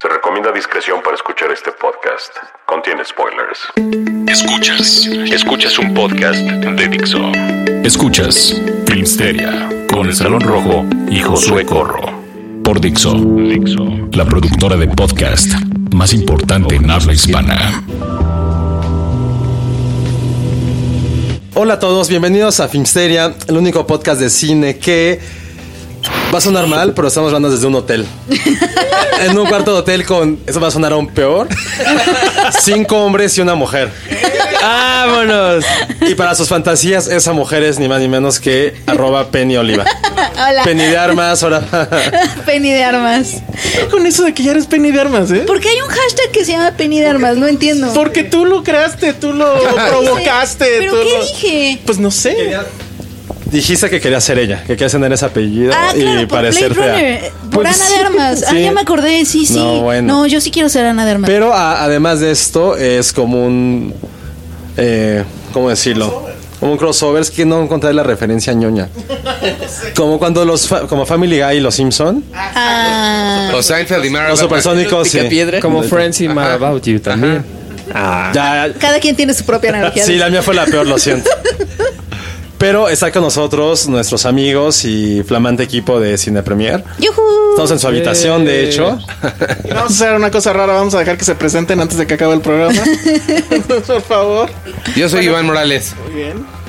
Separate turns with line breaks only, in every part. Se recomienda discreción para escuchar este podcast. Contiene spoilers.
Escuchas, escuchas un podcast de Dixo. Escuchas Filmsteria con el Salón Rojo y Josué Corro. Por Dixo, Dixo, la productora de podcast más importante en habla hispana.
Hola a todos, bienvenidos a Filmsteria, el único podcast de cine que va a sonar mal, pero estamos hablando desde un hotel. En un cuarto de hotel con, eso va a sonar aún peor, cinco hombres y una mujer. ¡Vámonos! Y para sus fantasías, esa mujer es ni más ni menos que arroba Penny Oliva.
Hola,
Penny de armas, ahora...
Penny de Armas.
con eso de que ya eres Penny de Armas, ¿eh?
¿Por qué hay un hashtag que se llama Penny de Armas? No entiendo.
Porque tú lo creaste, tú lo
Ah,
provocaste.
¿Pero
tú
qué
lo-
dije?
Pues no sé.
Dijiste que querías ser ella, que querías tener ese apellido
Ah, claro,
y
por Blade
parecerte a-
Runner. eh, Por
Pues
Ana
sí,
de Armas. Ah,
sí.
ya me acordé, sí, sí.
No, bueno.
No, yo sí quiero ser Ana de Armas.
Pero a- además de esto, es como un. eh, ¿Cómo decirlo? Como un crossover, es que no encontré la referencia ñoña. Como cuando los. fa- como Family Guy y los Simpson.
ah,
O Seinfeld y Mara
Los supersónicos. sí.
Como Friends y
Ajá.
Mad About You también. Ah.
Ya, ya-
cada quien tiene su propia analogía.
sí, la mía fue la peor, lo siento. Pero está con nosotros nuestros amigos y flamante equipo de Cine Premier.
¡Yujú!
Estamos en su habitación,
Eh,
de hecho.
Y Vamos a hacer una cosa rara, vamos a dejar que se presenten antes de que acabe el programa. Por favor.
Yo soy Iván Morales.
Muy bien.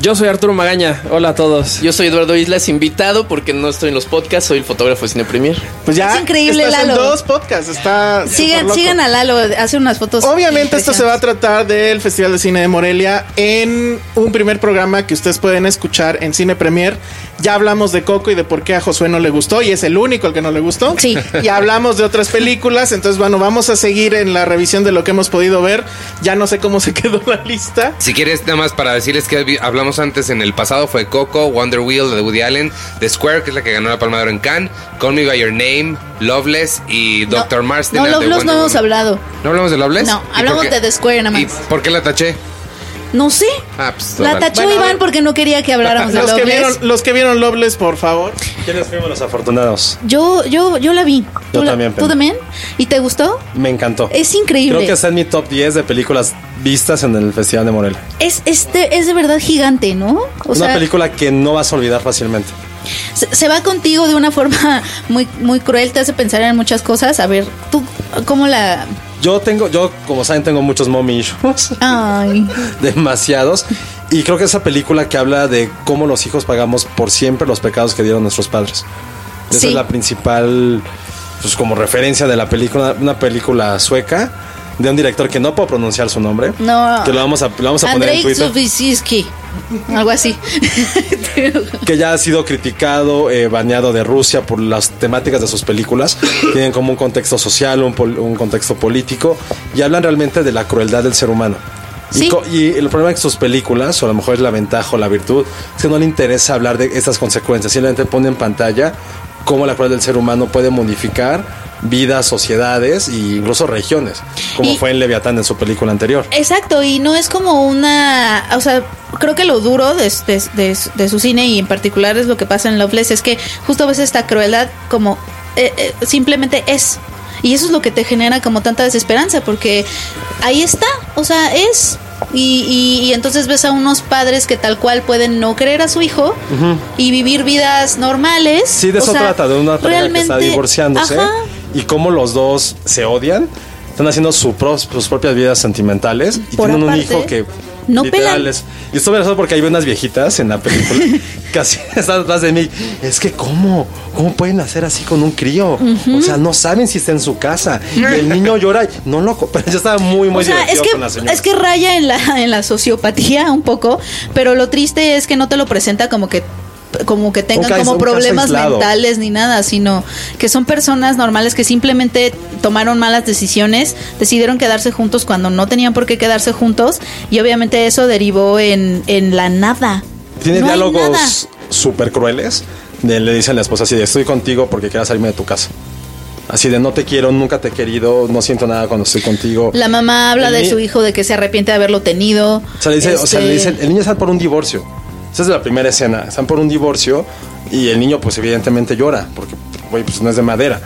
Yo soy Arturo Magaña. Hola a todos.
Yo soy Eduardo Islas, invitado porque no estoy en los podcasts, soy el fotógrafo de Cine Premier.
Pues ya.
Es increíble,
estás en
Lalo.
dos podcasts. Está.
Sigan,
superloco.
sigan a Lalo, hace unas fotos.
Obviamente esto se va a tratar del Festival de Cine de Morelia en un primer programa que ustedes pueden escuchar en Cine Premier. Ya hablamos de Coco y de por qué a Josué no le gustó y es el único al que no le gustó.
Sí.
Y hablamos de otras películas, entonces bueno, vamos a seguir en la revisión de lo que hemos podido ver. Ya no sé cómo se quedó la lista.
Si quieres, nada más para decirles que vi- hablamos antes en el pasado fue Coco, Wonder Wheel de Woody Allen, The Square, que es la que ganó la Palma de Oro en Cannes, Call Me By Your Name, Loveless y Dr. Marston.
No,
and the
los no
Wonder
hemos
Woman.
hablado.
¿No hablamos de Loveless?
No,
¿Y
hablamos
por qué-
de The Square nada
¿Y
más.
por qué la taché?
No sé.
Ah, pues,
La
total.
tachó
Bueno, a ver.
Iván porque no quería que habláramos de
Los que, vieron,
Loveless.
los que vieron Loveless, por favor.
¿Quiénes fuimos los afortunados?
Yo, yo, yo la vi.
Yo
¿Tú la-
también,
¿Tú
Penny.
también? ¿Y te gustó?
Me encantó.
Es increíble.
Creo que está en mi top 10 de películas vistas en el Festival de Morelia.
Es, este, es de verdad gigante, ¿no? O
Una
sea,
película que no vas a olvidar fácilmente.
se, se va contigo de una forma muy, muy cruel, te hace pensar en muchas cosas. A ver, tú, ¿cómo la...?
Yo tengo, yo como saben tengo muchos mommy issues,
Ay,
demasiados, y creo que esa película que habla de cómo los hijos pagamos por siempre los pecados que dieron nuestros padres. Esa
Sí.
es la principal, pues como referencia de la película, una película sueca de un director que no puedo pronunciar su nombre.
No.
Que lo vamos a, lo vamos a poner en
Andrei
Twitter.
Zubisiski. Algo así.
que ya ha sido criticado, eh, baneado de Rusia por las temáticas de sus películas. Tienen como un contexto social, un, pol- un contexto político y hablan realmente de la crueldad del ser humano. Y
Sí.
co- Y, el problema es que sus películas, o a lo mejor es la ventaja o la virtud, es que no le interesa hablar de estas consecuencias. Simplemente pone en pantalla cómo la crueldad del ser humano puede modificar vidas, sociedades e incluso regiones, como
Y-
fue en Leviatán en su película anterior.
Exacto, y no es como una. O sea, creo que lo duro de, de- de- de su cine y en particular es lo que pasa en Loveless, es que justo ves esta crueldad como eh, eh, simplemente es. Y eso es lo que te genera como tanta desesperanza, porque ahí está, o sea, es. Y, y- y entonces ves a unos padres que tal cual pueden no creer a su hijo
Ujú.
y vivir vidas normales.
Sí, de
O
eso
sea,
trata, de una pareja que está
realmente-
divorciándose
Ajá.
y cómo los dos se odian, están haciendo su pro- sus propias vidas sentimentales y
Por
tienen
aparte,
un hijo que
no pelan.
es- Y esto me pasó porque hay unas viejitas en la película casi están atrás de mí. Es que cómo, cómo pueden hacer así con un crío. O sea, no saben si está en su casa. Y el niño llora, y no lo, co- pero yo estaba muy muy
O sea,
divertido
es que,
con la señora.
es que raya en la, en la sociopatía un poco, pero lo triste es que no te lo presenta como que como que tengan
Un caso-
como
un caso
problemas
aislado.
mentales ni nada, sino que son personas normales que simplemente tomaron malas decisiones, decidieron quedarse juntos cuando no tenían por qué quedarse juntos y obviamente eso derivó en, en la nada.
Tiene
No hay nada.
diálogos súper crueles. de- le dice a la esposa así de estoy contigo porque quiero salirme de tu casa. Así de no te quiero, nunca te he querido, no siento nada cuando estoy contigo.
La mamá habla
El
de
ni-
su hijo de que se arrepiente de haberlo tenido.
O sea, le dice, o sea,
Este,
le dice, el niño está por un divorcio. Esa es la primera escena. Están por un divorcio y el niño, pues evidentemente llora, porque güey, pues no es de madera.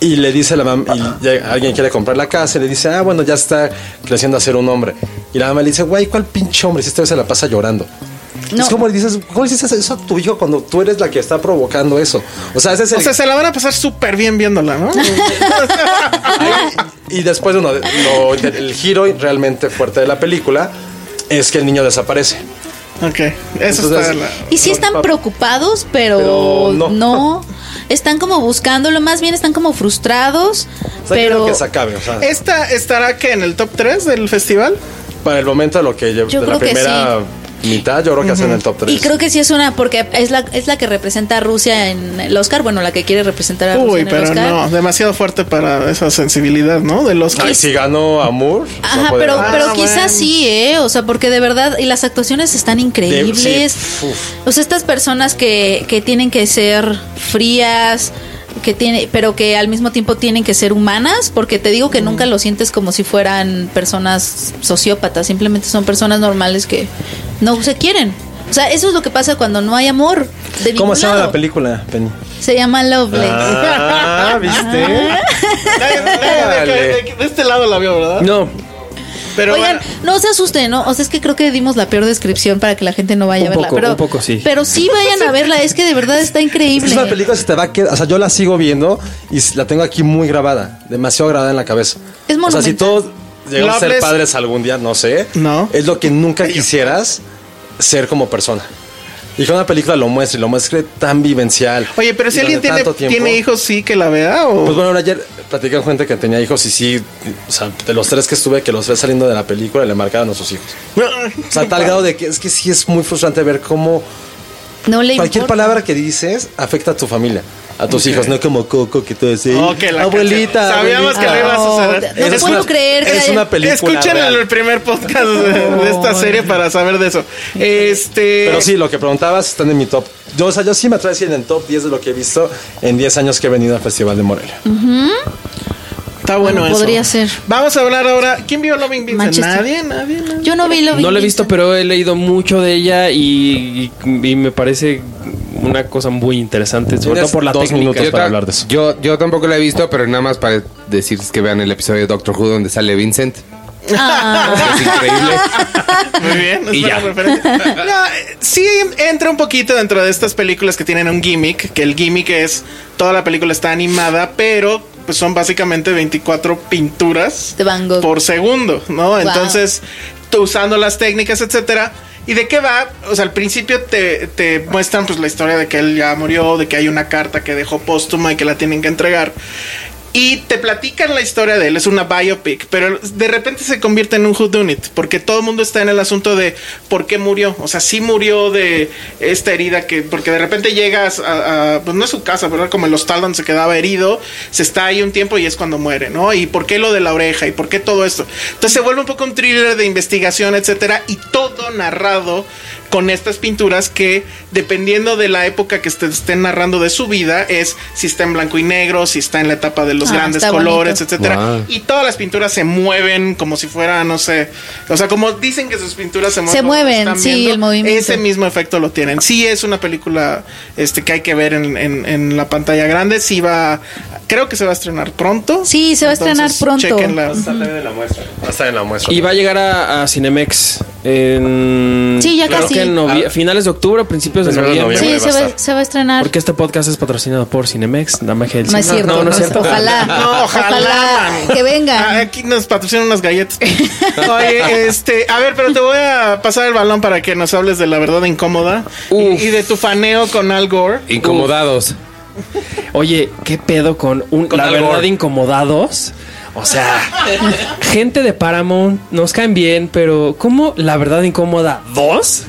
Y le dice la mamá, y ya alguien quiere comprar la casa, y le dice, ah, bueno, ya está creciendo a ser un hombre. Y la mamá le dice, güey, ¿cuál pinche hombre? Si este se la pasa llorando.
No.
Es como le dices, ¿cómo le dices eso a tu hijo cuando tú eres la que está provocando eso? O sea, ese es el-
O sea, se la van a pasar súper bien viéndola, ¿no?
Y después, bueno, de- lo- el giro realmente fuerte de la película es que el niño desaparece.
ok, eso
Entonces,
está... la-
Y sí están preocupados, pero,
Pero
no.
no.
Están como buscándolo, más bien están como frustrados,
O sea,
pero eh,
creo que se acabe. o sea,
¿Esta estará que en el top 3 del festival?
para el momento de lo que lle-
Yo
de la
creo que
primera mitad, yo creo que hacen el top 3.
y creo que sí es una porque es la es la que representa a Rusia en el Oscar, bueno, la que quiere representar a Rusia
Uy,
en el
pero
Oscar.
no, demasiado fuerte para esa sensibilidad, ¿no? De los
Ay, si ganó Amor.
Ajá, pero,
Ah,
pero
bueno.
quizás sí, ¿eh? O sea, porque de verdad, y las actuaciones están increíbles.
sí, uf.
O sea, estas personas que, que tienen que ser frías, que tiene, pero que al mismo tiempo tienen que ser humanas, porque te digo que nunca lo sientes como si fueran personas sociópatas, simplemente son personas normales que no se quieren. O sea, eso es lo que pasa cuando no hay amor. de
¿Cómo
ningún
se llama
lado.
la película, Penny?
Se llama Lovelace.
Ah, ¿viste?
Nadie-
Ah.
nadie de,
Dale.
de- de este lado la vio, ¿verdad?
No,
Pero
Oigan,
bueno,
no se asusten, ¿no? O sea, es que creo que dimos la peor descripción para que la gente no vaya
Un
a verla.
poco,
pero,
un poco sí.
Pero sí vayan a verla, es que de verdad está increíble.
Es una película que se te va a quedar. O sea, yo la sigo viendo y s- la tengo aquí muy grabada, demasiado grabada en la cabeza.
Es
O sea, si
monumental.
todos llegamos a ser
Loveless-
padres algún día, no sé.
No.
Es lo que nunca quisieras ser como persona. Y que una película lo muestre, y lo muestre tan vivencial.
Oye, pero si
y
alguien
durante
tiene,
tanto tiempo.
tiene hijos, sí que la vea o...
Pues bueno, ahora ayer platicé con gente que tenía hijos y sí, o sea, de los tres que estuve, que los tres saliendo de la película le marcaron a sus hijos. O sea, tal grado de que es que sí es muy frustrante ver cómo
no le
cualquier
importa.
palabra que dices afecta a tu familia, a tus hijos, no como Coco que tú decís.
Oh, que la
abuelita.
canción. Sabíamos que le iba a suceder.
No, no
Es
puedo
una-
creer que
es
haya-
una película.
Escuchen
real.
el primer podcast de, de esta serie para saber de eso. Este...
Pero sí, lo que preguntabas están en mi top. Yo, o sea, yo sí me atrevo a decir en el top 10 de lo que he visto en 10 años que he venido al Festival de Morelia.
Está bueno eso.
Podría ser.
Vamos a hablar ahora. ¿Quién vio Loving Vincent?
Manchester.
Nadie, nadie, nadie.
Yo no vi lo
no la he visto, pero he leído mucho de ella y, y- y me parece una cosa muy interesante, sobre todo
Tienes
por la
dos
técnica.
minutos
Yo
para
ta-
hablar de eso.
Yo, yo tampoco la he visto, pero nada más para decirles que vean el episodio de Doctor Who donde sale Vincent. Es increíble.
Muy bien, es
Y
buena
ya.
referencia. No, eh, sí entra un poquito dentro de estas películas que tienen un gimmick, que el gimmick es toda la película está animada, pero pues son básicamente 24 pinturas
De Van Gogh.
por segundo, ¿no? Entonces, tú usando las técnicas, etcétera. ¿Y de qué va? O sea, al principio te, te muestran pues la historia de que él ya murió, de que hay una carta que dejó póstuma y que la tienen que entregar. Y te platican la historia de él, es una biopic, pero de repente se convierte en un whodunit, porque todo el mundo está en el asunto de por qué murió. O sea, sí murió de esta herida que, porque de repente llegas a, a- pues no es su casa, pero era como el hostal donde se quedaba herido, se está ahí un tiempo y es cuando muere, ¿no? Y por qué lo de la oreja y por qué todo esto. Entonces se vuelve un poco un thriller de investigación, etcétera, y todo narrado con estas pinturas que dependiendo de la época que te estén narrando de su vida es si está en blanco y negro, si está en la etapa de los
Ah,
grandes
está
colores,
bonito.
etcétera.
Wow.
Y todas las pinturas se mueven como si fuera, no sé, o sea, como dicen que sus pinturas se mueven.
Se
como
mueven,
están
sí, el movimiento.
Ese mismo efecto lo tienen. Sí es una película este que hay que ver en, en- en la pantalla grande, sí va creo que se va a estrenar pronto.
Sí, se va a estrenar pronto.
chequenla.
Va a estar en la muestra.
Y va a llegar a, a Cinemex en.
Sí, ya
creo
casi.
que en novie- finales de octubre o Ah. principios de
Principios de
noviembre.
noviembre.
Sí,
va a
se va,
estar.
se va a estrenar.
Porque este podcast es patrocinado por Cinemex, la magia del
No es
cine.
cierto.
No, no es cierto.
Ojalá.
No, ojalá, man.
que vengan.
Ah, Aquí nos patrocinan unas galletas. Oye, este, a ver, pero te voy a pasar el balón para que nos hables de la verdad incómoda y,
Uf.
y de tu faneo con Al Gore.
Incomodados.
Oye, ¿qué pedo con un.
Con
la
Al
verdad,
Gore.
incomodados. O sea, gente de Paramount nos caen bien, pero ¿cómo la verdad incómoda? ¿Dos?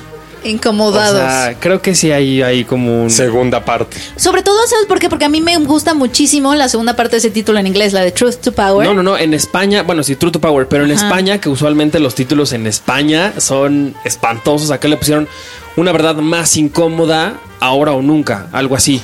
O
Incomodados.
sea, creo que sí hay, hay como un.
Segunda parte.
Sobre todo, ¿sabes por qué? Porque a mí me gusta muchísimo la segunda parte de ese título en inglés, la de Truth to Power.
No, no, no. En España, bueno, sí, True to Power, pero en
Ajá.
España, que usualmente los títulos en España son espantosos. Acá le pusieron una verdad más incómoda, ahora o nunca, algo así. y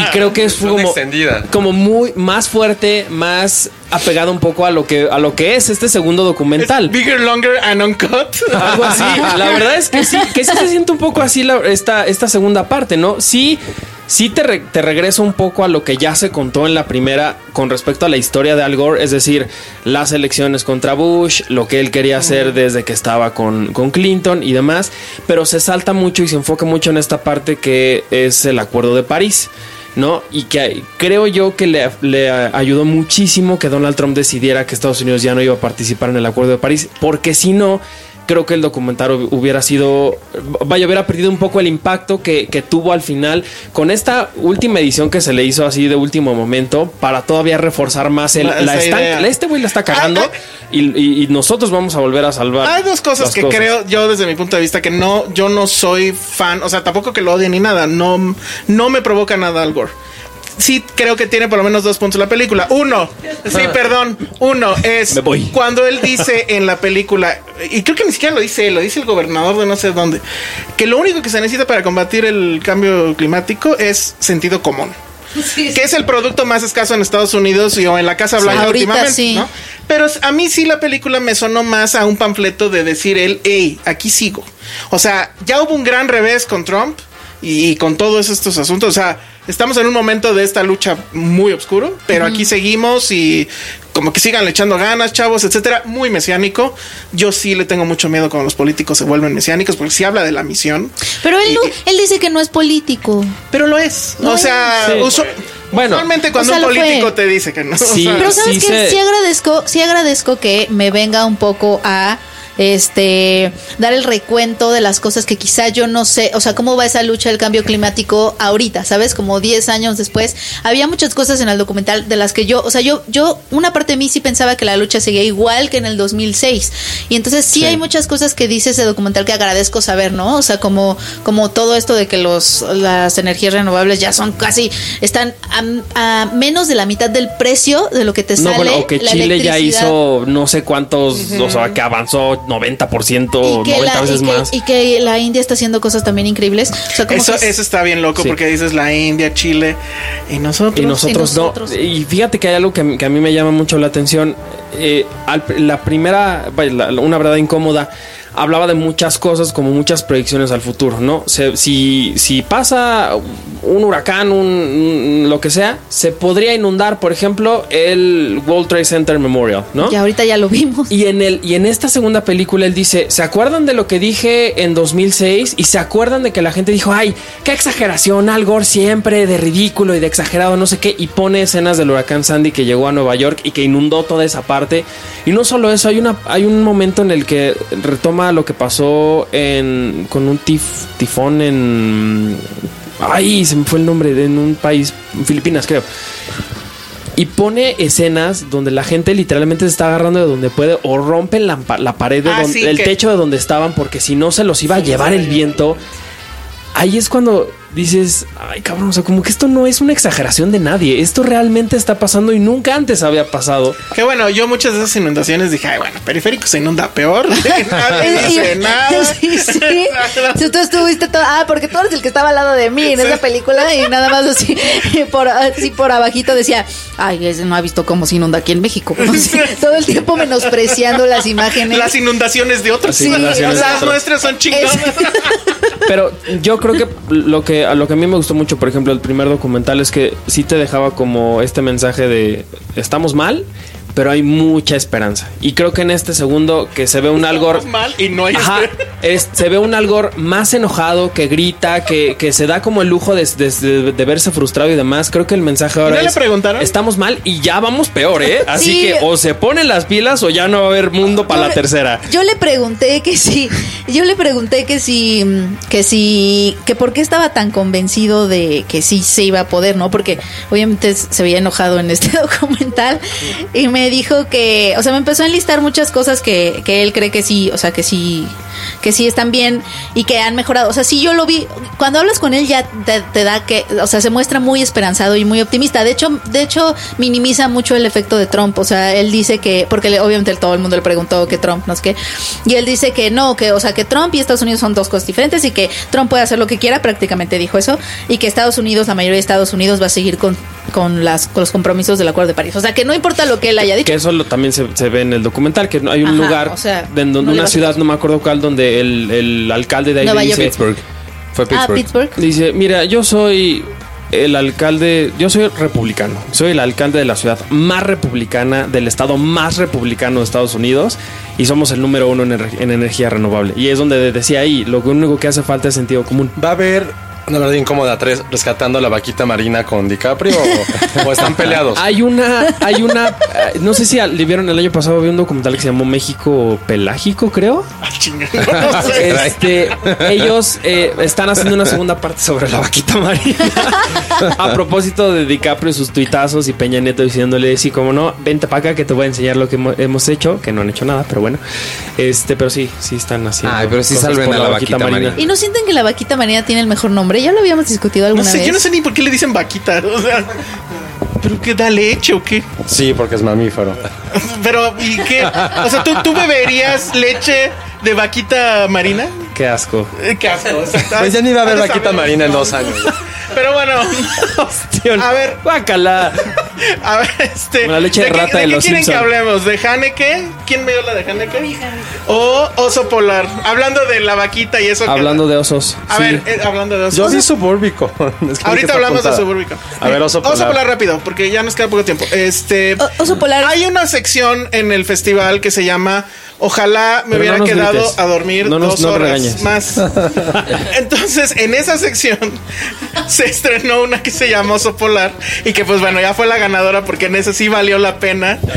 Ah,
creo que es
versión
como,
extendida.
como muy más fuerte, más apegado un poco a lo que a lo que es este segundo
Es
documental.
Bigger, longer and uncut.
Algo así. La verdad es que sí, que sí se siente un poco así la- esta, esta segunda parte, ¿no? Sí, sí te, re- te regresa un poco a lo que ya se contó en la primera con respecto a la historia de Al Gore, es decir, las elecciones contra Bush, lo que él quería hacer desde que estaba con, con Clinton y demás, pero se salta mucho y se enfoca mucho en esta parte que es el Acuerdo de París. ¿no? Y que creo yo que le, le ayudó muchísimo que Donald Trump decidiera que Estados Unidos ya no iba a participar en el Acuerdo de París, porque si no, creo que el documental hub- hubiera sido, vaya, hubiera perdido un poco el impacto que, que tuvo al final con esta última edición que se le hizo así de último momento para todavía reforzar más el,
Ah, Esa
la están-
idea.
este güey la está cagando
Ah, ah.
y, y- y nosotros vamos a volver a salvar.
Hay dos cosas
las
que creo yo desde mi punto de vista que no, yo no soy fan, o sea, tampoco que lo odie ni nada, no, no me provoca nada Al Gore. Sí, creo que tiene por lo menos dos puntos la película. Uno, sí, perdón, uno es
Me voy.
cuando él dice en la película, y creo que ni siquiera lo dice él, lo dice el gobernador de no sé dónde, que lo único que se necesita para combatir el cambio climático es sentido común. que es el producto más escaso en Estados Unidos y o en la Casa Blanca
ahorita
últimamente,
sí.
¿no? Pero a mí sí la película me sonó más a un panfleto de decir él, hey, aquí sigo. O sea, ya hubo un gran revés con Trump y, y con todos estos asuntos. O sea, estamos en un momento de esta lucha muy oscuro, pero aquí seguimos y como que sigan echando ganas, chavos, etcétera. Muy mesiánico. Yo sí le tengo mucho miedo cuando los políticos se vuelven mesiánicos porque sí habla de la misión,
Pero él, no, él dice que no es político.
pero lo es.
No
o sea,
es. Sí.
usu-
Bueno.
usualmente cuando
O sea,
un
lo fue.
político te dice que no. o
Sí.
sea,
Pero sabes
sí
que
se-
sí agradezco, sí agradezco que me venga un poco a este dar el recuento de las cosas que quizá yo no sé, o sea, cómo va esa lucha del cambio climático ahorita, ¿sabes? Como 10 años después, había muchas cosas en el documental de las que yo, o sea, yo yo una parte de mí sí pensaba que la lucha seguía igual que en el 2006. Y entonces sí, hay muchas cosas que dice ese documental que agradezco saber, ¿no? O sea, como como todo esto de que los las energías renovables ya son casi están a, a menos de la mitad del precio de lo que te
No,
sale
bueno, o que
la
Chile ya
electricidad.
hizo no sé cuántos, o sea, que avanzó 90%,
y
90
que, la,
veces
y que-
más.
y que la India está haciendo cosas también increíbles. O sea, como
Eso,
que es-
eso está bien loco
Sí.
porque dices la India, Chile y nosotros.
Y nosotros,
y nosotros.
no. Y fíjate que hay algo que, a mí- que a mí me llama mucho la atención. Eh, al- la primera, vaya, la- la- una verdad incómoda, hablaba de muchas cosas, como muchas predicciones al futuro, ¿no? Se- si, si pasa un huracán, un, un- lo que sea, se podría inundar, por ejemplo, el World Trade Center Memorial, ¿no?
Y ahorita ya lo vimos.
Y en, el, y en esta segunda película él dice, ¿se acuerdan de lo que dije en 2006? Y se acuerdan de que la gente dijo, ay, qué exageración, Al Gore siempre de ridículo y de exagerado, no sé qué, y pone escenas del huracán Sandy que llegó a Nueva York y que inundó toda esa parte. Y no solo eso, hay, una, hay un momento en el que retoma lo que pasó en, con un tif- tifón en... Ay, se me fue el nombre, de- en un país, en Filipinas creo. Y pone escenas donde la gente literalmente se está agarrando de donde puede o rompen la, pa- la pared de
Ah,
donde-
sí,
el
que-
techo de donde estaban porque si no se los iba a llevar el viento. Ahí es cuando dices, ay cabrón, o sea, como que esto no es una exageración de nadie, esto realmente está pasando y nunca antes había pasado.
Que bueno, yo muchas de esas inundaciones dije, ay, bueno, periférico se inunda peor. Nadie dice nada.
Sí, sí. Si tú estuviste todo. Ah, porque tú eres el que estaba al lado de mí en esa película y nada más así por, así por abajito decía: Ay, ese no ha visto cómo se inunda aquí en México. O sea, todo el tiempo menospreciando las imágenes.
Las inundaciones de otros.
Las inundaciones
las
de otros.
nuestras son chingonas.
Pero yo creo que lo que a lo que a mí me gustó mucho, por ejemplo, el primer documental es que sí te dejaba como este mensaje de estamos mal, pero hay mucha esperanza. Y creo que en este segundo que se ve un algo
mal y no hay
Ajá, es- se ve un algor más enojado, que grita, que, que se da como el lujo de, de- de- de verse frustrado y demás. Creo que el mensaje ahora
¿No le
es,
preguntaron?
estamos mal y ya vamos peor, ¿eh? Así
Sí.
que o se ponen las pilas o ya no va a haber mundo para la
Yo-
tercera.
Yo le pregunté que si, yo le pregunté que si, que si, que por qué estaba tan convencido de que sí se iba a poder, ¿no? Porque obviamente se veía enojado en este documental y me dijo que, o sea, me empezó a enlistar muchas cosas que, que él cree que sí, o sea, que sí, que sí están bien y que han mejorado. O sea, sí yo lo vi, cuando hablas con él ya te, te da que, o sea, se muestra muy esperanzado y muy optimista. De hecho, de hecho, minimiza mucho el efecto de Trump. O sea, él dice que, porque le- obviamente todo el mundo le preguntó que Trump, no sé qué. Y él dice que no, que, o sea, que Trump y Estados Unidos son dos cosas diferentes y que Trump puede hacer lo que quiera, prácticamente dijo eso. Y que Estados Unidos, la mayoría de Estados Unidos va a seguir con, con, las, con los compromisos del Acuerdo de París. O sea, que no importa lo que él haya dicho.
Que eso lo- también se, se ve en el documental, que no- hay un
Ajá,
lugar,
o sea,
de en donde
no le
una
vas a-
ciudad, no me acuerdo cuál, donde el, el alcalde de ahí
Nueva
le
York.
dice,
Pittsburgh. Fue
Ah,
Pittsburgh.
Pittsburgh.
Dice, mira, yo soy el alcalde, yo soy republicano, soy el alcalde de la ciudad más republicana, del estado más republicano de Estados Unidos y somos el número uno en, ener- en energía renovable. Y es donde decía ahí, lo único que hace falta es sentido común.
¿Va a haber una verdad incómoda tres rescatando a la vaquita marina con DiCaprio o, o están peleados?
Hay una, hay una, eh, no sé si al- le vieron el año pasado, vi un documental que se llamó México Pelágico, creo. Este, ellos eh, están haciendo una segunda parte sobre la vaquita marina. A propósito de DiCaprio, y sus tuitazos y Peña Nieto diciéndole, sí, como no, vente para acá que te voy a enseñar lo que hemo- hemos hecho, que no han hecho nada, pero bueno. Este, pero sí, sí están haciendo.
Ay, pero sí
cosas
salven
por
a la vaquita marina.
¿Y no sienten que la vaquita marina tiene el mejor nombre? Ya lo habíamos discutido
No
alguna
sé,
vez.
yo no sé ni por qué le dicen vaquita. O sea, pero qué dale leche o qué.
Sí, porque es mamífero.
Pero, ¿y qué? O sea, ¿tú, tú beberías leche de vaquita marina?
Qué asco.
Eh, Qué asco. o sea,
Pues ya ni va a haber
has de
vaquita
saber.
marina en dos años.
Pero bueno, A ver.
Guácala.
a ver, este.
Como la leche de
qué-
rata de
qué
los
quieren
Simpson.
que hablemos? ¿De Haneke? ¿Quién me dio la de Haneke? O oso polar. Hablando de la vaquita y eso. que-
Hablando de osos.
A
sí.
ver, eh, hablando de osos.
Yo sí suburbico.
Ahorita hablamos de Suburbico.
A ver, oso
Vamos a
polar.
hablar rápido, porque ya nos queda poco tiempo. Este.
O- oso polar.
Hay una sección en el festival que se llama Ojalá me
Pero
hubiera
no nos
quedado
grites.
a dormir
No nos-
dos
no
horas
regañes.
más. Entonces, en esa sección se estrenó una que se llama Oso Polar y que, pues bueno, ya fue la ganadora porque en esa sí valió la pena.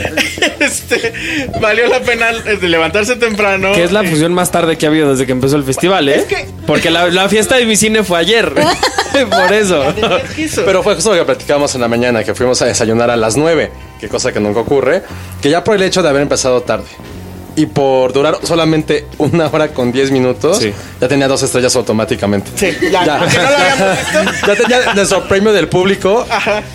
Este, valió la pena eh, de levantarse temprano. Eh,
Que es la fusión más tarde que ha habido desde que empezó el festival, ¿eh?
Es que-
Porque la, la fiesta de mi cine fue ayer. Por eso.
Pero
Pero fue justo lo que platicábamos en la mañana, que fuimos a desayunar a las 9, que cosa que nunca ocurre, que ya por el hecho de haber empezado tarde y por durar solamente una hora con 10 minutos,
Sí.
ya tenía dos estrellas automáticamente.
Sí, ya, Pues aunque no lo habíamos visto.
Ya tenía nuestro premio del público.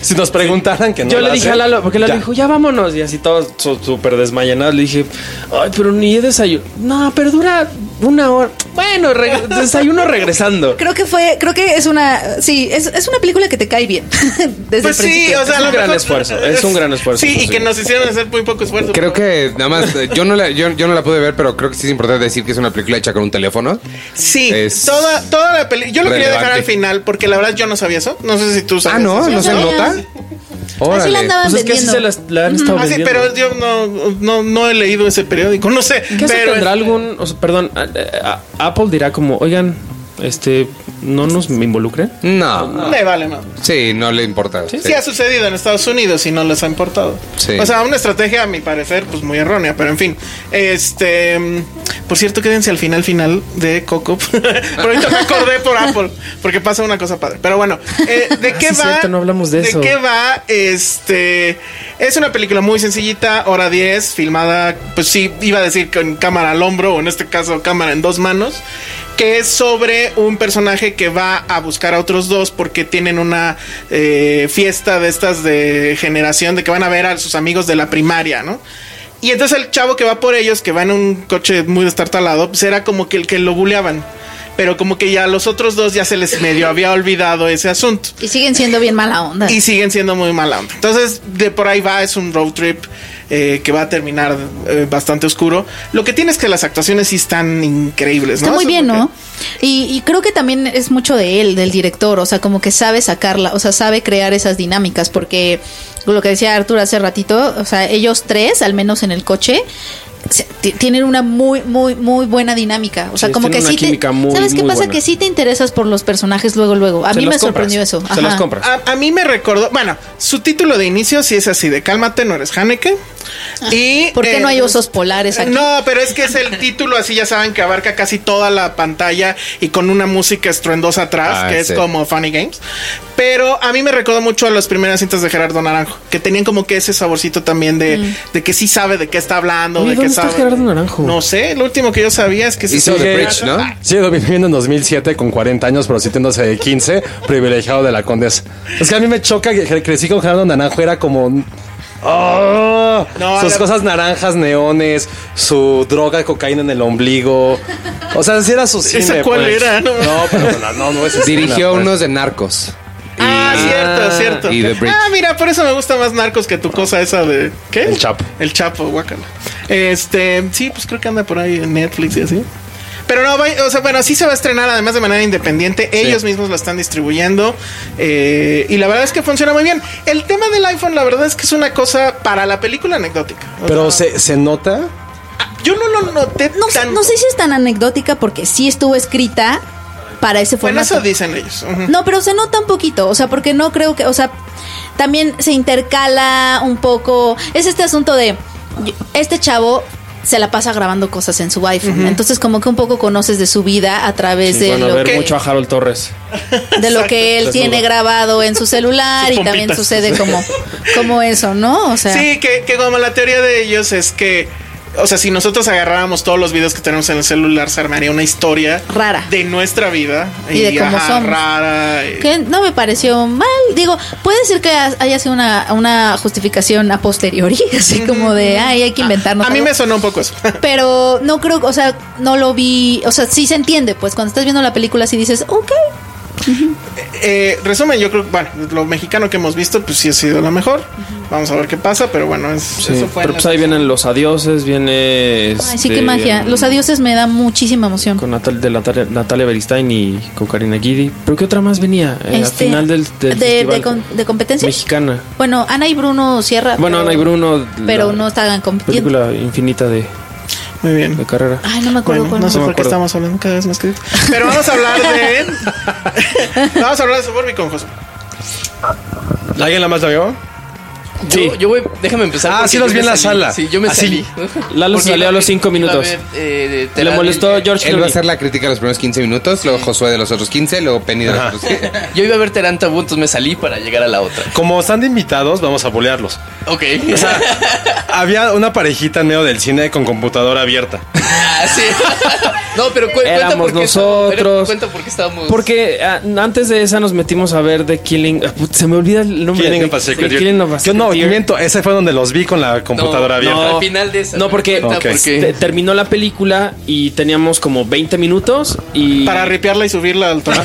Si nos preguntaran que no
Yo
lo
le dije a
hacen,
Lalo, porque Lalo
ya.
dijo, ya vámonos. Y así todos su- súper desmayanados. Le dije, ay, pero ni he desayunado. No, pero dura una hora. Bueno, reg- desayuno regresando.
Creo que fue, creo que es una, sí, es, es una película que te cae bien. Desde
Pues
el
sí,
principio.
o sea,
Es
a
un
lo
gran
mejor-
esfuerzo, es un gran esfuerzo,
Sí, y
sí.
que nos hicieron hacer muy poco esfuerzo.
Creo que nada más, eh, yo no, la, yo, yo no la pude ver, pero creo que sí es importante decir que es una película hecha con un teléfono.
Sí,
es
toda, toda la película. Yo lo quería dejar
relevante.
al final porque la verdad yo no sabía eso. No sé si tú
Ah,
sabes.
no,
eso.
no se
sabía.
nota.
Así la
Órale.
andaban
Pues es que así
vendiendo.
se las- la han estado
Ah, sí,
vendiendo.
pero yo no, no, no he leído ese periódico, no sé.
¿Qué hace?
pero
tendrá
este,
algún, o sea, perdón, a- a- a- Apple dirá como, oigan, este, no nos involucren.
No,
Me vale, no.
sí, no le importa.
Sí ha sucedido en Estados Unidos y no les ha importado.
Sí.
O sea, una estrategia, a mi parecer, pues muy errónea, pero en fin. Este. mm, Por cierto, quédense al final, final de Coco. por ahorita me acordé por Apple, porque pasa una cosa padre. Pero bueno, eh, ¿de qué
Ah, sí,
va?
cierto, no hablamos de eso.
qué va? Este. Es una película muy sencillita, hora 10, filmada, pues sí, iba a decir con cámara al hombro, o en este caso cámara en dos manos. que es sobre un personaje que va a buscar a otros dos porque tienen una eh, fiesta de estas de generación de que van a ver a sus amigos de la primaria, ¿no? Y entonces el chavo que va por ellos, que va en un coche muy destartalado, pues era como que el que lo buleaban. Pero como que ya a los otros dos ya se les medio había olvidado ese asunto.
Y siguen siendo bien mala onda.
Y siguen siendo muy mala onda. Entonces, de por ahí va, es un road trip eh, que va a terminar eh, bastante oscuro. Lo que tiene es que las actuaciones sí están increíbles,
Está
¿no?
muy
Eso
bien,
porque-
¿no? Y, y creo que también es mucho de él, del director, o sea, como que sabe sacarla, o sea, sabe crear esas dinámicas, porque lo que decía Arturo hace ratito, o sea, ellos tres, al menos en el coche, se- ti- tienen una muy, muy, muy buena dinámica. O sea,
Sí,
como que
tienen una
sí te...
química muy,
¿Sabes qué
muy
pasa?
buena.
Que sí te interesas por los personajes luego, luego. A
Se
mí
los
me
compras.
sorprendió eso.
Se los
Ajá.
compras.
A, a mí me recordó, bueno, su título de inicio sí es así de cálmate, no eres Haneke. Y
Ah. ¿Por qué
eh,
no hay osos polares aquí?
No, pero es que es el título así, ya saben que abarca casi toda la pantalla y con una música estruendosa atrás,
Ah,
que es
sí.
como Funny Games. Pero a mí me recordó mucho a las primeras cintas de Gerardo Naranjo, que tenían como que ese saborcito también de,
Mm.
de que sí sabe de qué está hablando,
Oye,
de
¿dónde
qué
está
sabe.
Gerardo Naranjo?
No sé, lo último que yo sabía es que se
Hizo
sigue-
The Bridge, ¿no?
Ah. Sí, lo vi viviendo en 2007 con 40 años, pero sintiéndose de 15, privilegiado de la condesa. Es que a mí me choca que cre- crecí con Gerardo Naranjo, era como... ¡Ah!
No,
Sus
la-
cosas naranjas, neones, su droga, cocaína en el ombligo. O sea, si era su cine.
cuál
pues.
era? No.
No, pero no, no, no es ese
Dirigió
cine, pues.
unos de narcos.
Ah, cierto, cierto.
y The Bridge.
Ah, mira, por eso me gusta más Narcos que tu cosa esa de. ¿Qué?
El Chapo.
El Chapo, guácala. Este, sí, pues creo que anda por ahí en Netflix y así. Pero no, va- o sea, bueno, sí se va a estrenar además de manera independiente. Ellos mismos la están distribuyendo. eh, y la verdad es que funciona muy bien. El tema del iPhone, la verdad es que es una cosa para la película anecdótica. O
Pero
sea,
se, se nota.
yo no lo noté
No, sé-
tan.
no sé si es tan anecdótica porque sí estuvo escrita para ese
bueno,
formato.
eso dicen ellos. ujú.
No, pero se nota un poquito, o sea, porque no creo que, o sea, también se intercala un poco. Es este asunto de yo- este chavo se la pasa grabando cosas en su iPhone, entonces como que un poco conoces de su vida a través
Sí,
de,
van a
lo,
ver
que-
mucho a Harold Torres.
de lo que él
Exacto.
tiene grabado en su celular
Sus
y también
pompitas.
sucede como, como eso, ¿no? O sea,
Sí, que, que como la teoría de ellos es que, o sea, si nosotros agarráramos todos los videos que tenemos en el celular, se armaría una historia
Rara.
de nuestra vida
Y de cómo somos.
rara. eh, y-
que no me pareció mal. Digo, puede ser que haya sido una, una justificación a posteriori, así como de, ay, hay que inventarnos.
A mí
algo".
me sonó un poco eso.
Pero no creo, o sea, no lo vi, o sea, sí se entiende, pues cuando estás viendo la película sí dices, ok,
Eh, resumen, yo creo que, bueno, lo mexicano que hemos visto, pues sí ha sido lo mejor. Vamos a ver qué pasa, pero bueno, es,
Sí,
eso fue.
pero
en
pues
la-
ahí vienen los adioses, viene.
ay, sí,
este,
qué magia. Los adioses me da muchísima emoción.
Con Natal, de Natalia, Natalia Beristain y con Karina Guidi. ¿Pero qué otra más venía? Eh, al
Este,
final del. del
de-
festival
de con- de competencia.
Mexicana.
Bueno, Ana y Bruno Sierra.
Bueno,
pero-
Ana y Bruno.
Pero
la
no estaban compitiendo.
Película infinita de,
Muy bien.
de carrera.
Ay, no me acuerdo
Bueno,
cuál.
no sé
me
por qué
acuerdo.
estamos hablando cada vez más que... Pero vamos a hablar de... vamos a hablar de Suburbia con José.
¿Alguien la más la vio?
Yo, yo voy, déjame empezar.
Ah,
porque
sí los
yo
vi en
me
la
salí.
sala. Ah,
Sí, yo me
Así.
salí.
Lalo
Porque
salió a los
iba-
cinco
iba a
minutos.
ver, eh,
Le
Terán
molestó
y-
George
Él va a
Clooney.
hacer la crítica los primeros 15 minutos, luego Josué de los otros 15, luego Penny de los otros 15.
Yo iba a ver Terán Tabú, entonces me salí para llegar a la otra.
Como están de invitados, vamos a bolearlos.
Ok.
O sea, había una parejita en medio del cine con computadora abierta.
Ah, sí. No, pero cu- cuenta
Éramos
por qué estábamos- pero
nosotros.
Cuenta por qué estábamos.
Porque ah, antes de esa nos metimos a ver The Killing. ah, put- se me olvida el nombre.
¿Quién
The-
en Pacific
The
Deer?
Killing of a
Yo no,
Secret Deer.
miento, ese fue donde los vi con la computadora
No,
abierta.
al final de esa.
No, porque-
Cuenta
Ok.
Te- terminó la película y teníamos como 20 minutos y
Para ripearla y subirla al tono.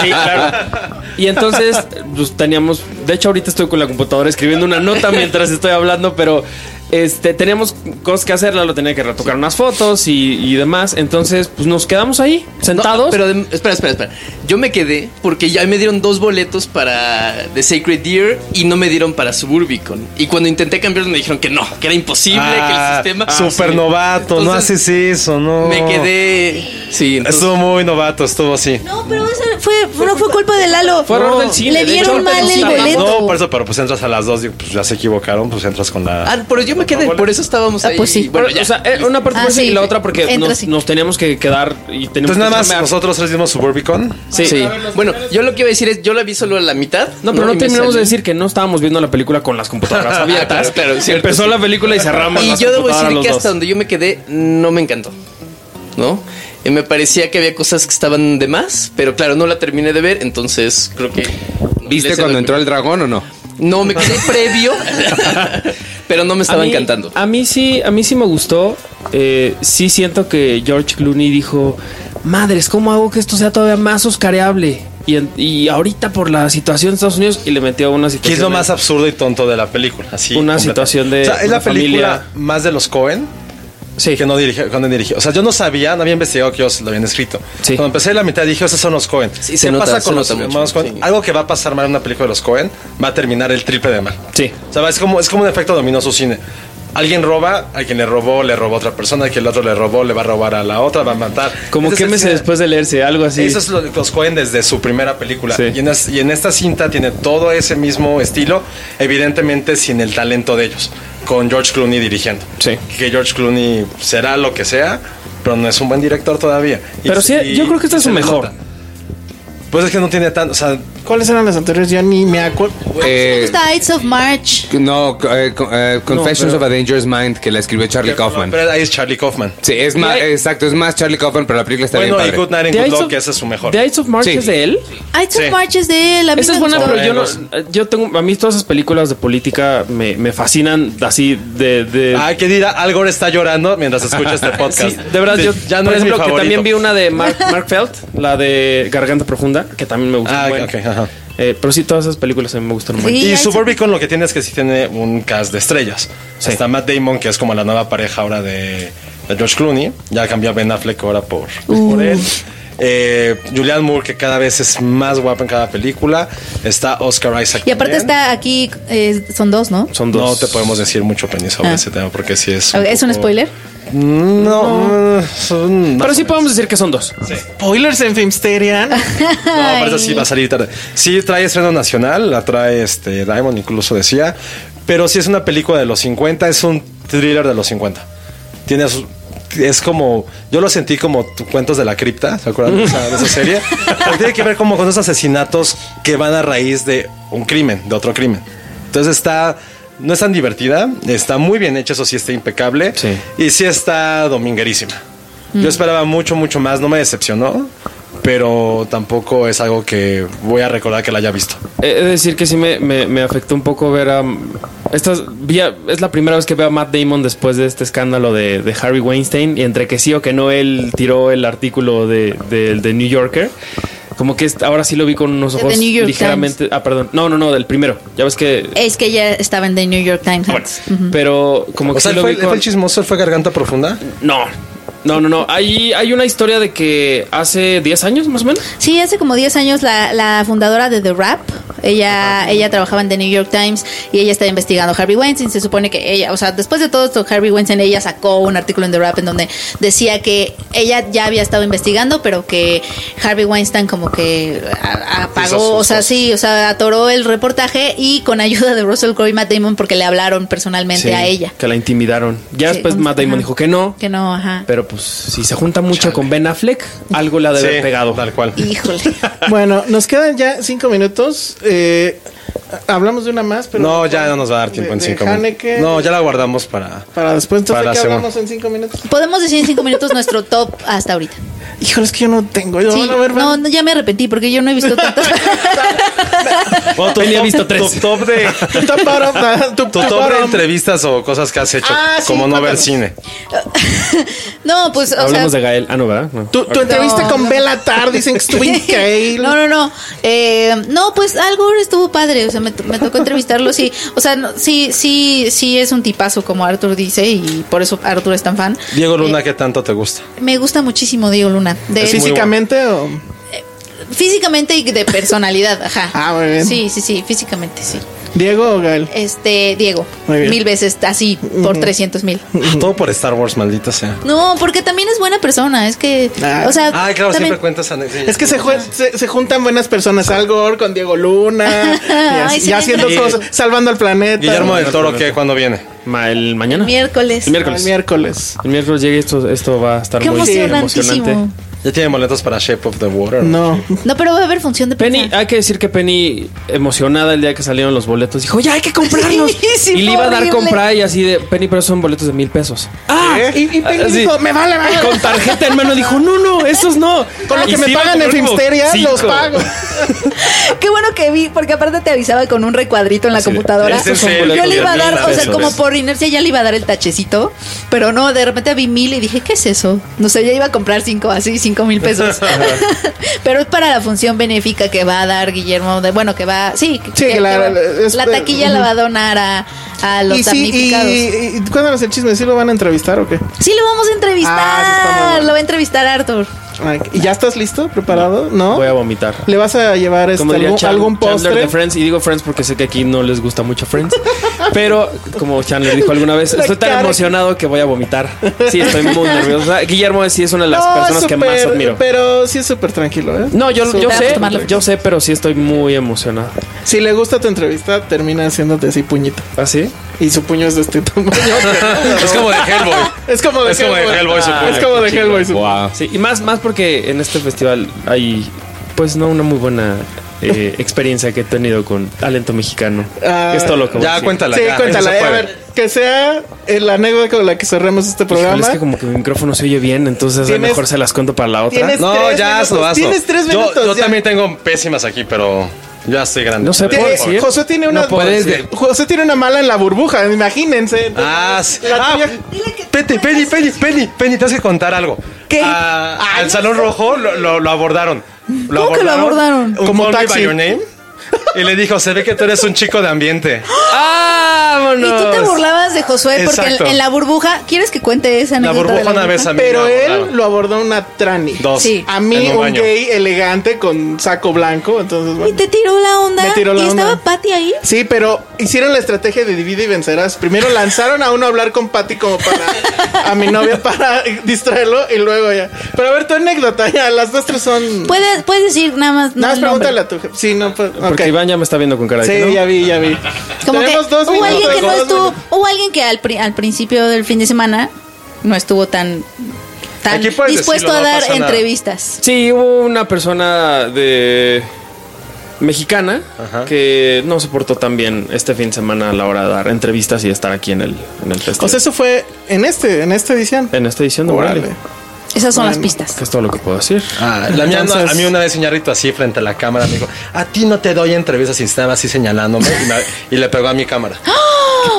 Sí, claro. Y entonces pues, teníamos, de hecho ahorita estoy con la computadora escribiendo una nota mientras estoy hablando, pero este teníamos cosas que hacerla, lo tenía que retocar unas fotos y, y demás, entonces pues nos quedamos ahí sentados.
No, pero de- espera, espera, espera. Yo me quedé porque ya me dieron dos boletos para The Sacred Deer y no me dieron para Suburbicon. Y cuando intenté cambiarlos me dijeron que no, que era imposible,
Ah,
que el sistema.
Súper novato, no
Entonces,
haces eso, no.
Me quedé. Sí, entonces-
Estuvo muy novato, estuvo así.
No, pero eso fue, no fue culpa de Lalo.
Fue error del cine,
Le
de
dieron
hecho,
mal
ahorita
el
nos hablamos.
boleto.
No, por eso, pero pues entras a las dos, digo, pues ya se equivocaron, pues entras con la.
Ah, pero yo me quedé, por eso estábamos
Ah,
ahí.
pues sí.
Y Bueno, ya.
O sea, eh, una parte
Ah,
fue así
sí.
y la otra porque
Entra,
nos,
sí.
nos teníamos que quedar y teníamos
Entonces nada
que
pues,
más
cambiar.
nosotros tres vimos Suburbicon.
Sí. Bueno, yo lo que iba a decir es, yo la vi solo a la mitad.
No, pero no,
Y me
terminamos de
salí.
decir que no estábamos viendo la película con las computadoras abiertas.
Ah, claro, claro, cierto,
Empezó
sí.
la película y cerramos.
Y
las
yo debo
computadoras
decir
los
que hasta
dos.
donde yo me quedé no me encantó. ¿No?
Y me parecía que había cosas que estaban de más, pero claro, no la terminé de ver, entonces creo que...
¿Viste cuando entró el dragón o no?
No, me quedé previo, pero no me estaba
A mí-
encantando.
A mí sí, a mí sí me gustó. Eh, sí siento que George Clooney dijo, madres, ¿cómo hago que esto sea todavía más oscareable? Y, en- y ahorita por la situación de Estados Unidos y le metió una situación.
Que es lo
de-
más absurdo y tonto de la película. Así,
Una
completa.
situación de
O sea, es la
una
película
familia.
más de los Cohen.
Sí.
Que no dirigió, cuando dirigió. O sea, yo no sabía, no había investigado que ellos lo habían escrito. Cuando empecé la mitad dije, esos son los Cohen.
Sí, se
¿Qué
nota,
pasa
se
con los
nota mucho,
hermanos Cohen? Algo que va a pasar mal en una película de los Cohen va a terminar el triple de mal.
Sí.
O sea, es como, es como un efecto dominó su cine. Alguien roba, a quien le robó, le robó a otra persona, a quien el otro le robó, le va a robar a la otra, va a matar.
Como
Ese es el
quémese
cine.
después de leerse, algo así.
Eso es lo de los Coen desde su primera película.
Sí.
Y, en es- y en esta cinta tiene todo ese mismo estilo, evidentemente sin el talento de ellos, con George Clooney dirigiendo. Que George Clooney será lo que sea, pero no es un buen director todavía. Y-
Pero sí,
y-
yo creo que esta
y
es
se
su
le
mejor.
nota. Pues es que no tiene tanto, o sea,
¿Cuáles eran las anteriores? Ya ni me acuerdo.
Eh,
Está Ides of March.
no, eh, co- eh, Confessions
No, pero-
of a Dangerous Mind que la escribió Charlie Kaufman.
pero ahí es Charlie Kaufman.
Sí, es más, exacto, es más Charlie Kaufman, pero la película está
bueno,
bien
y
padre.
Good Night and
The
Good
Eyes
Luck,
of-
que ese es su mejor.
¿The Eyes of March
Sí.
es de él?
Ides
Sí.
of March es de él. a mí
Esa
me
es buena,
gustó.
pero yo no. Yo tengo. A mí todas esas películas de política me, me fascinan así de. de
Ay, que dirá, Al Gore está llorando mientras escucha este podcast.
Ah, Sí, de verdad,
Sí,
yo.
ya no
por
es mi
ejemplo, que
favorito.
también vi una de Mark, Mark Felt, la de Garganta Profunda, que también me gustó.
Ah,
un buen.
ok, ajá.
Eh, pero sí, todas esas películas a mí me gustan mucho.
Y
ahí
Suburbicon lo que tiene es que sí tiene un cast de estrellas. O sea, Está Matt Damon, que es como la nueva pareja ahora de, de George Clooney. Ya cambió a Ben Affleck ahora por, pues,
Uh.
por él. Eh, Julianne Moore, que cada vez es más guapa en cada película. Está Oscar Isaac.
Y aparte
también.
está aquí, eh, son dos, ¿no?
Son
No
dos.
te podemos decir mucho, Penny, sobre
Ah.
ese tema, porque sí es.
¿Es un
poco-
spoiler?
No, son-
Pero sí podemos decir que son dos.
Spoilers en Filmsteria.
No, pero esa sí va a salir tarde. Sí trae estreno nacional, la trae este Diamond incluso decía, pero sí es una película de los 50, es un thriller de los 50. Tiene sus- es como yo lo sentí como tu- cuentos de la cripta, ¿se acuerdan de esa, de esa serie? Pero tiene que ver como con esos asesinatos que van a raíz de un crimen, de otro crimen. Entonces está no es tan divertida, está muy bien hecha, eso sí está impecable
Sí.
y sí está dominguerísima. Yo esperaba mucho, mucho más. No me decepcionó, pero tampoco es algo que voy a recordar que la haya visto.
Eh, He de decir que sí me, me, me afectó un poco ver a. Estas, vi a- es la primera vez que veo a Matt Damon después de este escándalo de, de Harry Weinstein. Y entre que sí o que no, él tiró el artículo de, del de New Yorker. Como que es- ahora sí lo vi con unos
De
ojos
The New York
ligeramente. Ah, perdón. No, no, no, del primero. Ya ves que.
Es que ya estaba en The New York Times.
bueno, pero como que
O sea,
sí
¿él
lo
fue,
vi
él fue
con-
el chismoso? ¿Él fue garganta profunda?
No. No, no, no. Hay, hay una historia de que hace 10 años más o menos.
Sí, hace como 10 años la, la fundadora de The Rap, ella, ella trabajaba en The New York Times y ella estaba investigando a Harvey Weinstein. Se supone que ella, o sea, después de todo esto, Harvey Weinstein, ella sacó un artículo en The Rap en donde decía que ella ya había estado investigando, pero que Harvey Weinstein como que a- apagó, o sea, sí, o sea, atoró el reportaje y con ayuda de Russell Crowe y Matt Damon porque le hablaron personalmente
Sí,
a ella.
Que la intimidaron. Ya
Sí,
después
vamos,
Matt Damon
ajá.
dijo que no.
Que no, ajá.
Pero pues si se junta mucho con Ben Affleck, algo la debe haber pegado.
Tal cual.
Híjole.
Bueno, nos quedan ya cinco minutos. Eh, hablamos de una más, pero.
no, ya no nos va a dar tiempo en
de
cinco minutos.
Haneke.
No, ya la guardamos para.
Para después, entonces,
Para
¿de qué
según.
hablamos en cinco minutos?
Podemos decir en cinco minutos nuestro top hasta ahorita.
Híjole, es que yo no tengo. Yo,
Sí,
van a ver,
no, no, ya me arrepentí porque yo no he visto tantas.
Bueno, tu
Penny ha
top-
visto tres.
Tu top de,
Tu top bottom, tu
tu
top
top de
bottom.
entrevistas o cosas que has hecho,
Ah, sí,
como no
cuando-
ver cine.
No, pues, o sea.
Hablemos de Gael. Ah, no, ¿verdad? No.
Tu, tu entrevista con Bella Tar, dicen que estuvo increíble.
No, no, no. Eh, no, pues Al Gore estuvo padre. O sea, me, me tocó entrevistarlo. Sí, o sea, no- sí, sí, sí es un tipazo, como Arthur dice, y por eso Arthur es tan fan.
Diego Luna, ¿qué tanto te gusta?
Me gusta muchísimo Diego Luna. De
Es muy
Físicamente o.
Físicamente y de personalidad, ajá.
Ah, muy bien.
Sí, sí, sí, físicamente, sí.
Diego o Gael.
Este, Diego,
Muy bien.
mil veces así, por 300 mil.
Todo por Star Wars, maldita sea.
No, porque también es buena persona. Es que,
Ah.
o sea,
Ay, claro,
también-
siempre cuentas anécdotas.
Es que se, jue- se, se juntan buenas personas. Al Gore con Diego Luna. Y, así-
Ay, sí,
y haciendo
sí.
cosas. Salvando al planeta.
Guillermo
del
del Toro, ¿qué? ¿Cuándo viene?
Ma- el mañana.
miércoles.
El miércoles.
miércoles.
El miércoles llega y esto, esto va a estar
Qué
muy
emocionantísimo.
emocionante. Ya tiene boletos para Shape of the Water.
No.
No, pero va a haber función de
Penny, ah. hay que decir que Penny, emocionada el día que salieron los boletos, dijo, ya hay que comprarlos.
Sí, sí,
y le
fue
iba a dar
horrible.
compra y así de, Penny, pero son boletos de mil pesos.
Ah, y, y Penny
Así.
dijo, me vale, vale.
¿Eh? Con tarjeta en mano dijo, no, no, esos no.
Con lo
Y
que
sí
me
iba a
pagan en
comprar como
Filmsteria, los
cinco.
pago.
Qué bueno que vi, porque aparte te avisaba con un recuadrito en la
Así de,
computadora.
"Este es un boleto
Yo le
de
iba a dar,
mil
o sea,
pesos".
como por inercia ya le iba a dar el tachecito, pero no, de repente vi mil y dije, ¿qué es eso? No sé, ya iba a comprar cinco, así, cinco mil pesos. pero es para la función benéfica que va a dar Guillermo, de, bueno, que va, sí, que-
Sí,
que-
la-
que va-
la- es-
la taquilla la va a donar a, a los
Y sí, y,
damnificados.
y- y- ¿cuándo va a ser chisme? ¿Sí lo van a entrevistar o qué?
Sí, lo vamos a entrevistar.
Ah,
lo va a entrevistar Arthur.
Ay, ¿Y ya estás listo? ¿Preparado? ¿No?
Voy a vomitar.
¿Le vas a llevar este,
Como diría
algún,
Chan-
algún
Chandler de
postre?
Friends, y digo Friends porque sé que aquí no les gusta mucho Friends, pero como Chandler dijo alguna vez,
La
estoy tan
cara que-
emocionado que voy a vomitar. Sí, estoy muy nervioso. Guillermo sí es una de las
No,
personas que más
súper-
admiro.
Pero sí es súper tranquilo, ¿eh?
No, yo, yo
Súper
sé,
tranquilo.
yo sé, pero sí estoy muy emocionado.
Si le gusta tu entrevista, termina haciéndote así puñito.
¿Ah, sí?
Y su puño es de este tamaño.
es como de Hellboy.
Es como de
Es como de Hellboy, su puño.
Es como de Hellboy, su
Wow.
Sí, y más, más porque en este festival hay, pues, no una muy buena eh, experiencia que he tenido con talento mexicano.
Ah,
es todo lo que voy a
ya,
decir.
cuéntala.
Sí,
ya,
cuéntala.
eso
eh,
fue.
A ver, que sea eh, la anécdota con la que cerremos este
Híjole,
programa.
Pues, es que como que mi micrófono se oye bien, entonces a lo
Tienes-
mejor se las cuento para la otra.
tienes
No,
tres
ya,
minutos.
hazlo, hazlo.
Tienes tres
Yo-
minutos.
Yo,
ya.
también tengo pésimas aquí, pero ya estoy grande.
No sé,
Te-
¿puedo decir?
José tiene una
No puedo
Puedes-
decir.
José tiene una mala en la burbuja, imagínense. Entonces,
Ah, sí.
la
Ah,
tuya-
Penny, Penny, Penny, Penny, Penny, te has que contar algo.
¿Qué?
Ah, al Salón Rojo lo, lo- lo abordaron.
¿Cómo que lo abordaron?
Como
Como Call Me
taxi.
By Your Name. Y le dijo, se ve que tú eres un chico de ambiente.
Y tú te burlabas de Josué porque en,
Exacto.
en la burbuja, ¿quieres que cuente esa
La
anécdota? de
burbuja una vez a mí.
Pero
me
él
abordaron.
lo abordó una trani.
Dos.
Sí.
A mí,
En un
un,
baño.
gay elegante con saco blanco. Entonces,
Y
bueno.
te tiró la onda.
Me tiró la
y
onda.
estaba Patty ahí.
Sí, pero hicieron la estrategia de divide y vencerás. Primero lanzaron a uno a hablar con Patty como para a mi novia para distraerlo y luego ya. Pero a ver tu anécdota, ya las nuestras son.
Puedes, puedes decir nada más.
Nada más
el nombre.
pregúntale a tu jefe. Sí, no, pues.
Porque
ok.
Iván ya me está viendo con cara de
Sí,
que no.
ya vi, ya vi.
Como que
Tenemos dos
hubo alguien
minutos,
que no
dos
estuvo.
minutos.
Hubo alguien que al, pri- al principio del fin de semana no estuvo tan, tan
Aquí puedes
dispuesto
decirlo,
a
no
dar
pasa nada.
entrevistas.
Sí, hubo una persona de mexicana
Ajá.
que no se portó tan bien este fin de semana a la hora de dar entrevistas y estar aquí en el, en el festival.
O sea, eso fue en este, en esta edición.
en esta edición de
Órale.
Morelia.
Esas son las
Bueno,
pistas.
pues,
Que es todo lo que puedo decir.
Ah, la mía no-
Entonces-
a mí una vez señorito así frente a la cámara me dijo, a ti no te doy entrevistas y estaba así señalándome y, me- y le pegó a mi cámara.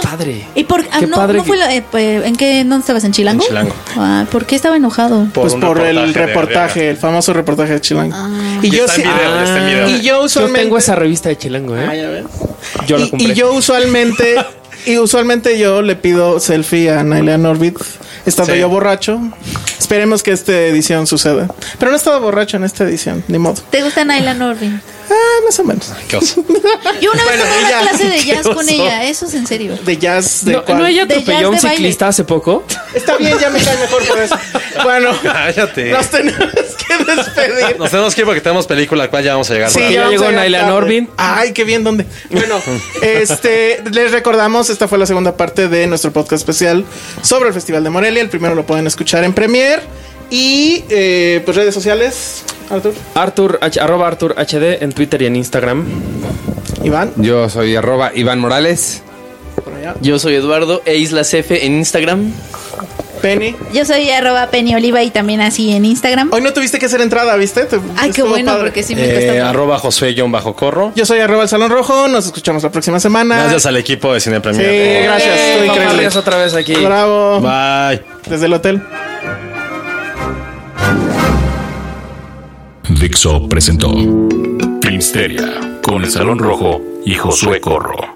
Padre.
¿Y por ah,
Qué
no,
padre
no fue
que-
la- eh, eh, en qué dónde estabas en Chilango?
En Chilango.
Ah, ¿Por qué estaba enojado?
pues
un
por el
de
reportaje, el famoso reportaje de Chilango.
Ah.
Y está en video, y está en video.
y yo usualmente.
revista de Chilango, ¿eh?
Ah, ya ves.
Yo la
y,
compré.
y yo usualmente. y usualmente yo le pido selfie a Nailan Orbit. Estando
Sí.
yo borracho. Esperemos que esta edición suceda. Pero no he estado borracho en esta edición, ni modo.
¿Te gusta Naila Norvin?
Ah, más o menos.
Qué oso.
Yo una vez
Bueno,
tomé
y
una
ya.
clase de
Qué
jazz con
oso.
ella, eso es en serio.
De jazz, de
¿No,
cual-
¿no ella
De jazz
atropelló a un
de baile.
ciclista hace poco?
Está bien, ya me cae mejor por eso. Bueno,
Cállate.
nos tenemos que despedir.
Nos tenemos que ir porque tenemos película, al cual ya vamos a llegar.
Porque ya
vamos
llegó
a llegar
Naila
tarde.
Norbin.
Ay, qué bien, ¿dónde? Bueno, este, les recordamos, esta fue la segunda parte de nuestro podcast especial sobre el Festival de Morelia. El primero lo pueden escuchar en Premier. Y, eh, pues, redes sociales, Artur,
Arthur, H- arroba Arthur HD en Twitter y en Instagram.
Iván,
Yo soy arroba Iván Morales.
por allá,
Yo soy Eduardo e Islas F en Instagram.
Penny.
Yo soy arroba Penny Oliva y también así en Instagram.
Hoy no tuviste que hacer entrada, ¿viste? Te-
Ay, qué
estuvo
bueno,
padre.
porque sí me
Eh,
cuesta. mucho.
arroba Josué-Corro.
Yo soy arroba el Salón Rojo, nos escuchamos la próxima semana.
Gracias al equipo de Cine
Sí,
Premier.
gracias, estuvo increíble.
Gracias otra vez aquí.
Bravo,
Bye.
desde el hotel.
Dixo presentó Filmsteria con el Salón Rojo y Josué Corro.